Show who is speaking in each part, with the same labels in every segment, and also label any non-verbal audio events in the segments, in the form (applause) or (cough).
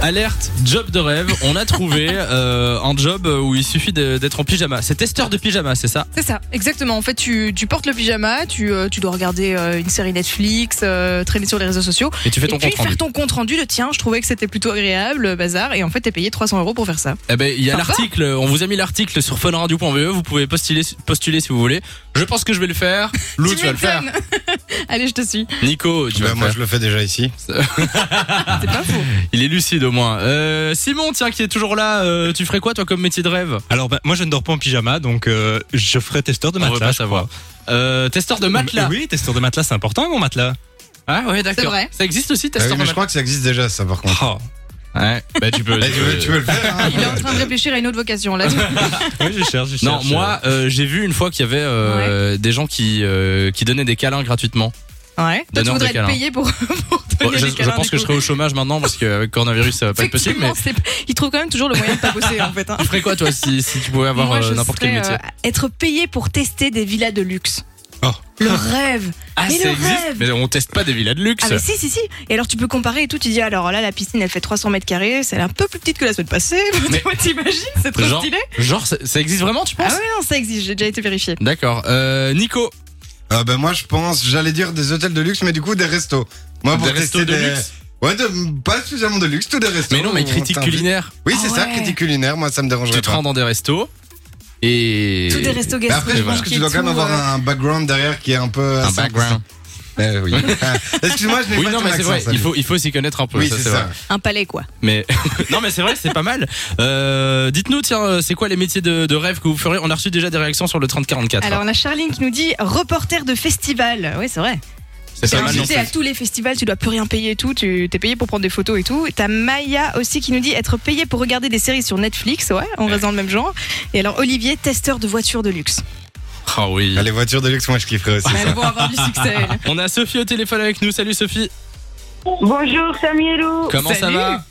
Speaker 1: Alerte, job de rêve. On a trouvé euh, un job où il suffit de- d'être en pyjama. C'est testeur de pyjama, c'est ça
Speaker 2: C'est ça, exactement. En fait, tu, tu portes le pyjama, tu, euh, tu dois regarder euh, une série Netflix, euh, traîner sur les réseaux sociaux,
Speaker 1: Et tu fais
Speaker 2: et
Speaker 1: ton
Speaker 2: puis
Speaker 1: compte rendu.
Speaker 2: faire ton compte rendu de tiens, je trouvais que c'était plutôt agréable, euh, bazar, et en fait, t'es payé 300 euros pour faire ça.
Speaker 1: Eh ben, il y a
Speaker 2: Sympa.
Speaker 1: l'article. On vous a mis l'article sur funradio.be. E. Vous pouvez postuler, postuler si vous voulez. Je pense que je vais le faire. Lou, (laughs) tu vas le faire.
Speaker 2: m'étonnes. (laughs) Allez, je te suis.
Speaker 1: Nico, tu vas Ben,
Speaker 3: Bah,
Speaker 1: le
Speaker 3: moi,
Speaker 1: faire.
Speaker 3: je le fais déjà ici.
Speaker 1: Ah.
Speaker 2: C'est pas faux.
Speaker 1: Il est lucide au moins. Euh, Simon, tiens, qui est toujours là. euh, tu ferais quoi toi comme métier de rêve
Speaker 4: Alors, bah, moi, je ne dors pas en pyjama, donc euh, je ferai testeur de
Speaker 1: On veut pas
Speaker 4: matelas. je
Speaker 1: savoir. Euh, testeur de
Speaker 4: crois.
Speaker 1: matelas.
Speaker 4: Oui, testeur de matelas, c'est important, mon matelas.
Speaker 1: Ah ouais,
Speaker 2: C'est
Speaker 1: d'accord.
Speaker 2: vrai.
Speaker 1: Ça existe aussi
Speaker 3: Ah oui,
Speaker 1: testeur
Speaker 3: mais
Speaker 1: de matelas.
Speaker 3: je crois que ça existe déjà, ça, par contre.
Speaker 4: Oh.
Speaker 1: Ouais. Bah tu peux.
Speaker 3: Bah, tu, veux, tu veux le faire hein
Speaker 2: Il est en train de réfléchir à une autre vocation, là.
Speaker 4: Oui, je cherche, je cherche.
Speaker 1: Non, moi, euh, j'ai vu une fois qu'il y avait euh, des gens qui, euh, qui donnaient des câlins gratuitement.
Speaker 2: Ouais. Toi, tu
Speaker 1: Donneur de
Speaker 2: voudrais
Speaker 1: câlin.
Speaker 2: être payé pour, (laughs) pour
Speaker 1: Bon,
Speaker 2: donner
Speaker 1: je,
Speaker 2: des
Speaker 1: je
Speaker 2: câlins,
Speaker 1: pense
Speaker 2: du
Speaker 1: que je
Speaker 2: coup.
Speaker 1: serais au chômage maintenant parce qu'avec coronavirus, ça va pas être possible. Mais
Speaker 2: Effectivement, c'est- il trouve quand même toujours le moyen de pas bosser, en fait. hein.
Speaker 1: tu ferais quoi, toi, si, si tu pouvais avoir
Speaker 2: Moi,
Speaker 1: euh,
Speaker 2: je
Speaker 1: n'importe quel
Speaker 2: serais,
Speaker 1: métier
Speaker 2: euh, être payé pour tester des villas de luxe.
Speaker 4: Oh.
Speaker 2: Le rêve.
Speaker 1: Ah,
Speaker 2: mais
Speaker 1: ça
Speaker 2: le
Speaker 1: existe
Speaker 2: rêve.
Speaker 1: Mais on teste pas des villas de luxe.
Speaker 2: Ah mais si si si. Et alors tu peux comparer et tout. Tu dis alors là la piscine elle fait 300 mètres carrés, celle est un peu plus petite que la semaine passée. (laughs)
Speaker 1: Mais-
Speaker 2: T'imagines C'est trop
Speaker 1: Genre-
Speaker 2: stylé.
Speaker 1: Genre, ça, ça existe vraiment, tu
Speaker 2: Ah
Speaker 1: penses
Speaker 2: ouais non ça existe. J'ai déjà été vérifié.
Speaker 1: D'accord. Euh, Nico,
Speaker 3: (laughs) Ah, bah, moi, je pense, j'allais dire des hôtels de luxe, mais du coup, des restos. Moi, pour
Speaker 1: des
Speaker 3: tester
Speaker 1: restos de
Speaker 3: des-
Speaker 1: luxe
Speaker 3: Ouais, de- pas spécialement de luxe, tout des restos.
Speaker 1: Mais non, mais
Speaker 3: On
Speaker 1: critique
Speaker 3: t'invite.
Speaker 1: culinaire.
Speaker 3: Oui, c'est
Speaker 2: Ah
Speaker 3: ça,
Speaker 2: ouais.
Speaker 3: critique culinaire, moi, ça me dérangerait
Speaker 1: Tu te
Speaker 3: pas.
Speaker 1: rends dans des restos et.
Speaker 2: Tous des restos
Speaker 3: Mais après, je
Speaker 1: Et
Speaker 2: gastronomiques.
Speaker 3: pense
Speaker 1: voilà.
Speaker 3: que tu dois
Speaker 2: et
Speaker 3: quand même
Speaker 2: tout,
Speaker 3: avoir
Speaker 2: euh,
Speaker 3: un background derrière qui est un peu.
Speaker 1: Un
Speaker 3: assez-
Speaker 1: background.
Speaker 3: Euh,
Speaker 1: (laughs)
Speaker 3: oui. Ah, Excuse-moi, je n'ai
Speaker 1: Oui,
Speaker 3: pas
Speaker 1: non,
Speaker 3: ton
Speaker 1: mais c'est
Speaker 3: accent,
Speaker 1: vrai.
Speaker 3: salut.
Speaker 1: Il faut, il faut s'y connaître un peu.
Speaker 3: Oui,
Speaker 1: ça,
Speaker 3: c'est
Speaker 1: c'est vrai.
Speaker 3: ça.
Speaker 2: un palais quoi.
Speaker 1: Mais (laughs) non, mais c'est vrai, c'est pas mal. Euh, Dites-nous, tiens, euh, c'est quoi les métiers de, de rêve que vous feriez On a reçu déjà des réactions sur le 3044.
Speaker 2: Alors on a Charline qui nous dit reporter de festival. Oui c'est vrai.
Speaker 1: c'est
Speaker 2: T'es
Speaker 1: pas mal. non
Speaker 2: invité à
Speaker 1: plus.
Speaker 2: tous les festivals, tu dois plus rien payer et tout. Tu t'es payé pour prendre des photos et tout. Et T'as Maya aussi qui nous dit être payé pour regarder des séries sur Netflix. Ouais on reste dans le même genre. Et alors Olivier testeur de voitures de luxe.
Speaker 1: Ah oui.
Speaker 3: Ah, les voitures de luxe, moi, je kifferais aussi.
Speaker 2: Elles vont avoir du succès. elles.
Speaker 1: On a Sophie au téléphone avec nous. Salut Sophie.
Speaker 5: Bonjour Samuelou.
Speaker 1: Comment ça
Speaker 2: Salut.
Speaker 1: va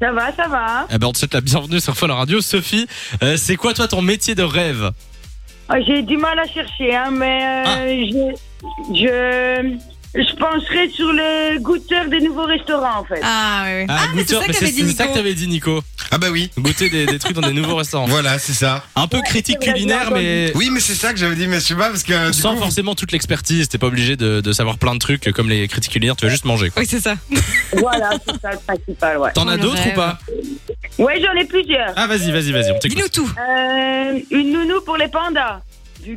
Speaker 5: Ça va, ça va.
Speaker 1: Eh ben, on te souhaite la bienvenue sur Fun Radio. Sophie, euh, c'est quoi toi ton métier de rêve
Speaker 5: Ah, J'ai du mal à chercher, hein, mais euh,
Speaker 1: Ah.
Speaker 5: je, je, je penserai sur le goûteur des nouveaux restaurants en fait.
Speaker 2: Ah oui. Ah, mais c'est
Speaker 1: goûteur-
Speaker 2: ça
Speaker 1: mais
Speaker 2: qu'avait dit
Speaker 1: c'est ça que
Speaker 2: Nico.
Speaker 1: t'avais dit Nico.
Speaker 3: Ah, bah oui,
Speaker 1: Goûter des, des trucs dans des nouveaux
Speaker 2: (laughs)
Speaker 1: restaurants.
Speaker 3: voilà, c'est ça.
Speaker 1: Un peu critique
Speaker 5: c'est vrai,
Speaker 1: culinaire,
Speaker 5: j'ai entendu.
Speaker 1: mais
Speaker 3: Oui, mais c'est ça que j'avais dit, mais je sais pas, parce que. euh, du
Speaker 1: (laughs) sans
Speaker 3: coup,
Speaker 1: forcément toute l'expertise. T'es pas obligé de, de savoir plein de trucs comme les critiques culinaires. Tu veux juste manger. quoi.
Speaker 2: Oui, c'est ça.
Speaker 5: (laughs) voilà, c'est ça le principal, ouais.
Speaker 1: T'en
Speaker 2: Oh,
Speaker 1: as
Speaker 2: le
Speaker 1: d'autres ou
Speaker 2: rêve.
Speaker 1: pas
Speaker 5: Ouais, j'en ai plusieurs.
Speaker 1: Ah vas-y, vas-y, vas-y. On t'écoute.
Speaker 2: Dis-nous tout.
Speaker 5: Euh, une nounou pour les pandas. Vu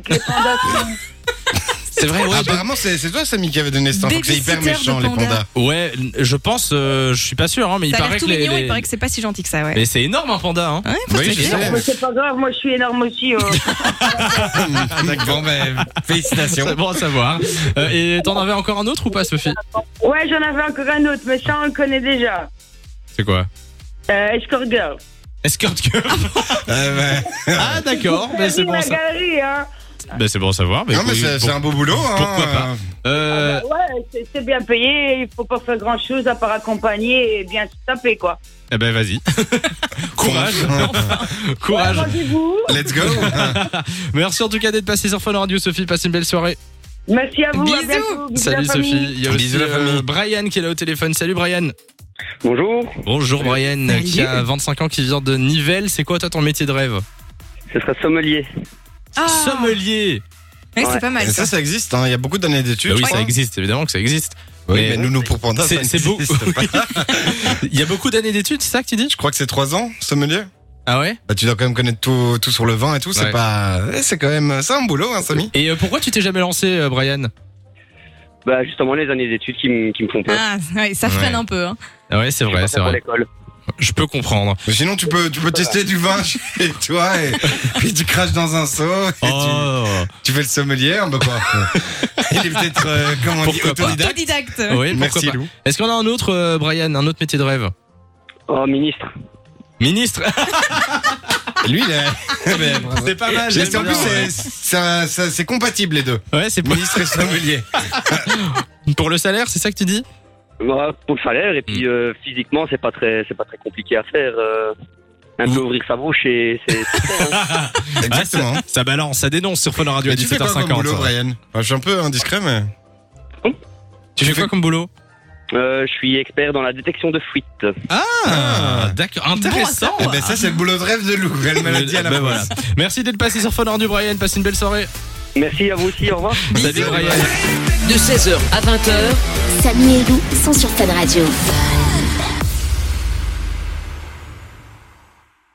Speaker 1: (laughs)
Speaker 5: que les pandas sont...
Speaker 1: Ah, C'est vrai. ouais,
Speaker 3: Ah, Apparemment, c'est c'est toi, Samy, qui avait donné cet info. que C'est hyper
Speaker 2: Babysitter de
Speaker 3: méchant, les
Speaker 2: panda.
Speaker 3: pandas.
Speaker 1: bah, Ouais, je pense, euh, je suis pas sûr, hein, mais il
Speaker 2: Ça a
Speaker 1: paraît
Speaker 2: l'air
Speaker 1: que
Speaker 2: tout
Speaker 1: les,
Speaker 2: mignon,
Speaker 1: les-
Speaker 2: il paraît que c'est pas si gentil que ça, ouais.
Speaker 1: mais c'est énorme un panda. Hein.
Speaker 2: Ouais, faut se
Speaker 3: Oui, je
Speaker 2: le dire.
Speaker 3: sais.
Speaker 5: Mais c'est pas grave, moi je suis énorme aussi. oh.
Speaker 1: (laughs)
Speaker 3: D'accord, mais
Speaker 1: C'est
Speaker 3: (laughs) félicitations.
Speaker 1: bon à savoir. Euh, et t'en avais encore un autre ou pas, Sophie
Speaker 5: Ouais, j'en avais encore un autre, mais ça on le connaît déjà.
Speaker 1: C'est quoi
Speaker 5: Euh, Escort Girl.
Speaker 1: Escort
Speaker 3: (laughs)
Speaker 1: Girl.
Speaker 3: Euh,
Speaker 1: ah d'accord, mais c'est bon
Speaker 5: la
Speaker 1: à savoir.
Speaker 5: galerie, hein.
Speaker 1: Bah, c'est bon à savoir. mais
Speaker 3: Non, mais
Speaker 1: écoute,
Speaker 3: c'est
Speaker 1: pour-
Speaker 3: c'est un beau boulot. hein.
Speaker 1: pourquoi pas Euh,
Speaker 5: Ah, ben, Ouais, c'est- c'est bien payé, il faut pas faire grand chose à part accompagner et bien se taper quoi.
Speaker 1: eh ben vas-y. (laughs) Courage, courage.
Speaker 5: Rendez-vous.
Speaker 3: (laughs) Let's go.
Speaker 1: Merci en tout cas d'être passé sur Fun Radio, Sophie. Passe une belle soirée.
Speaker 5: Merci à vous. à
Speaker 2: Bisous.
Speaker 5: bientôt. Bisous
Speaker 1: Salut
Speaker 5: la famille.
Speaker 1: Sophie. Il y a aussi
Speaker 3: Bisous, la
Speaker 1: euh,
Speaker 3: famille.
Speaker 1: Brian qui est là au téléphone. Salut Brian.
Speaker 6: Bonjour,
Speaker 1: Bonjour Brian,
Speaker 2: Salut.
Speaker 1: qui a 25 ans, qui vient de Nivelles. C'est quoi toi ton métier de rêve
Speaker 6: ce sera sommelier.
Speaker 2: Ah,
Speaker 1: Sommelier.
Speaker 2: ouais, c'est
Speaker 6: Ouais.
Speaker 2: pas mal.
Speaker 3: Mais
Speaker 2: Ça.
Speaker 3: ça, ça existe. hein. Il y a beaucoup d'années d'études.
Speaker 1: Bah oui,
Speaker 3: je
Speaker 1: ça
Speaker 3: crois.
Speaker 1: existe, évidemment que ça existe.
Speaker 3: Oui,
Speaker 1: Mais-
Speaker 3: mais nous, nous, pour Panda,
Speaker 1: C'est-
Speaker 3: ça
Speaker 1: c'est beau.
Speaker 3: n'existe pas.
Speaker 1: (laughs) Il y a beaucoup d'années d'études, c'est ça que tu dis
Speaker 3: Je crois que c'est 3 ans, sommelier.
Speaker 1: Ah ouais
Speaker 3: Bah, tu dois quand même connaître tout, tout sur le vin et tout.
Speaker 1: Ouais.
Speaker 3: C'est pas. eh, C'est quand même. C'est un boulot, hein, Samy.
Speaker 1: Et euh, pourquoi tu t'es jamais lancé, euh, Brian
Speaker 6: Bah justement les années d'études qui, me- qui me font peur.
Speaker 2: Ah, ouais, ça freine
Speaker 1: Ouais.
Speaker 2: un peu. hein.
Speaker 1: Ah ouais, c'est
Speaker 6: Je suis
Speaker 1: vrai,
Speaker 6: pas
Speaker 1: c'est
Speaker 6: fait pour
Speaker 1: vrai.
Speaker 6: l'école.
Speaker 1: Je peux comprendre.
Speaker 3: Mais sinon, tu peux, tu peux tester du vin (laughs) chez toi et puis tu craches dans un seau et tu,
Speaker 1: Oh
Speaker 3: tu fais le sommelier. hein, bah, quoi. (laughs) Il est peut-être. euh, comment on dit,
Speaker 1: Pourquoi pas
Speaker 3: autodidacte.
Speaker 2: Autodidacte.
Speaker 1: Oui, pourquoi
Speaker 3: Merci,
Speaker 1: pas.
Speaker 3: Lou.
Speaker 1: Est-ce qu'on a un autre, euh, Brian, un autre métier de rêve
Speaker 6: Oh ministre.
Speaker 1: Ministre (laughs)
Speaker 3: Lui, (laughs) il a-
Speaker 1: C'est pas mal.
Speaker 3: Parce
Speaker 1: j'aime
Speaker 3: qu'en plus,
Speaker 1: bien,
Speaker 3: c'est- ça- ça- c'est compatible les deux.
Speaker 1: ouais. Ouais, c'est pour,
Speaker 3: Ministre et sommelier.
Speaker 1: pour le salaire, c'est ça que tu dis
Speaker 6: Bah, pour le salaire et
Speaker 1: Hmm.
Speaker 6: puis euh, physiquement c'est pas très c'est pas très compliqué à faire. euh, un
Speaker 1: Hmm.
Speaker 6: peu ouvrir sa bouche et c'est (laughs) c'est fait, hein.
Speaker 3: Exactement.
Speaker 1: Ah, (laughs) ça, ça balance, ça dénonce sur Fun Radio à
Speaker 3: Mais tu fais quoi comme
Speaker 1: 17h50.
Speaker 3: boulot,
Speaker 1: ouais.
Speaker 3: Brian Enfin, Je suis un peu indiscret, mais.
Speaker 1: Tu fais quoi comme boulot
Speaker 6: Euh, je suis expert dans la détection de fuites.
Speaker 1: Ah, d'accord, intéressant.
Speaker 3: Eh ben, ça, c'est le boulot de rêve de Lou. Elle
Speaker 1: (laughs)
Speaker 3: maladie à la
Speaker 1: Ben
Speaker 3: fois.
Speaker 1: voilà. Merci d'être passé sur Fun Ordu, Brian. Passe une belle soirée.
Speaker 6: Merci à vous aussi, au revoir.
Speaker 1: Salut, Brian.
Speaker 7: De 16h à 20h,
Speaker 8: Samy et Lou sont sur Fan Radio.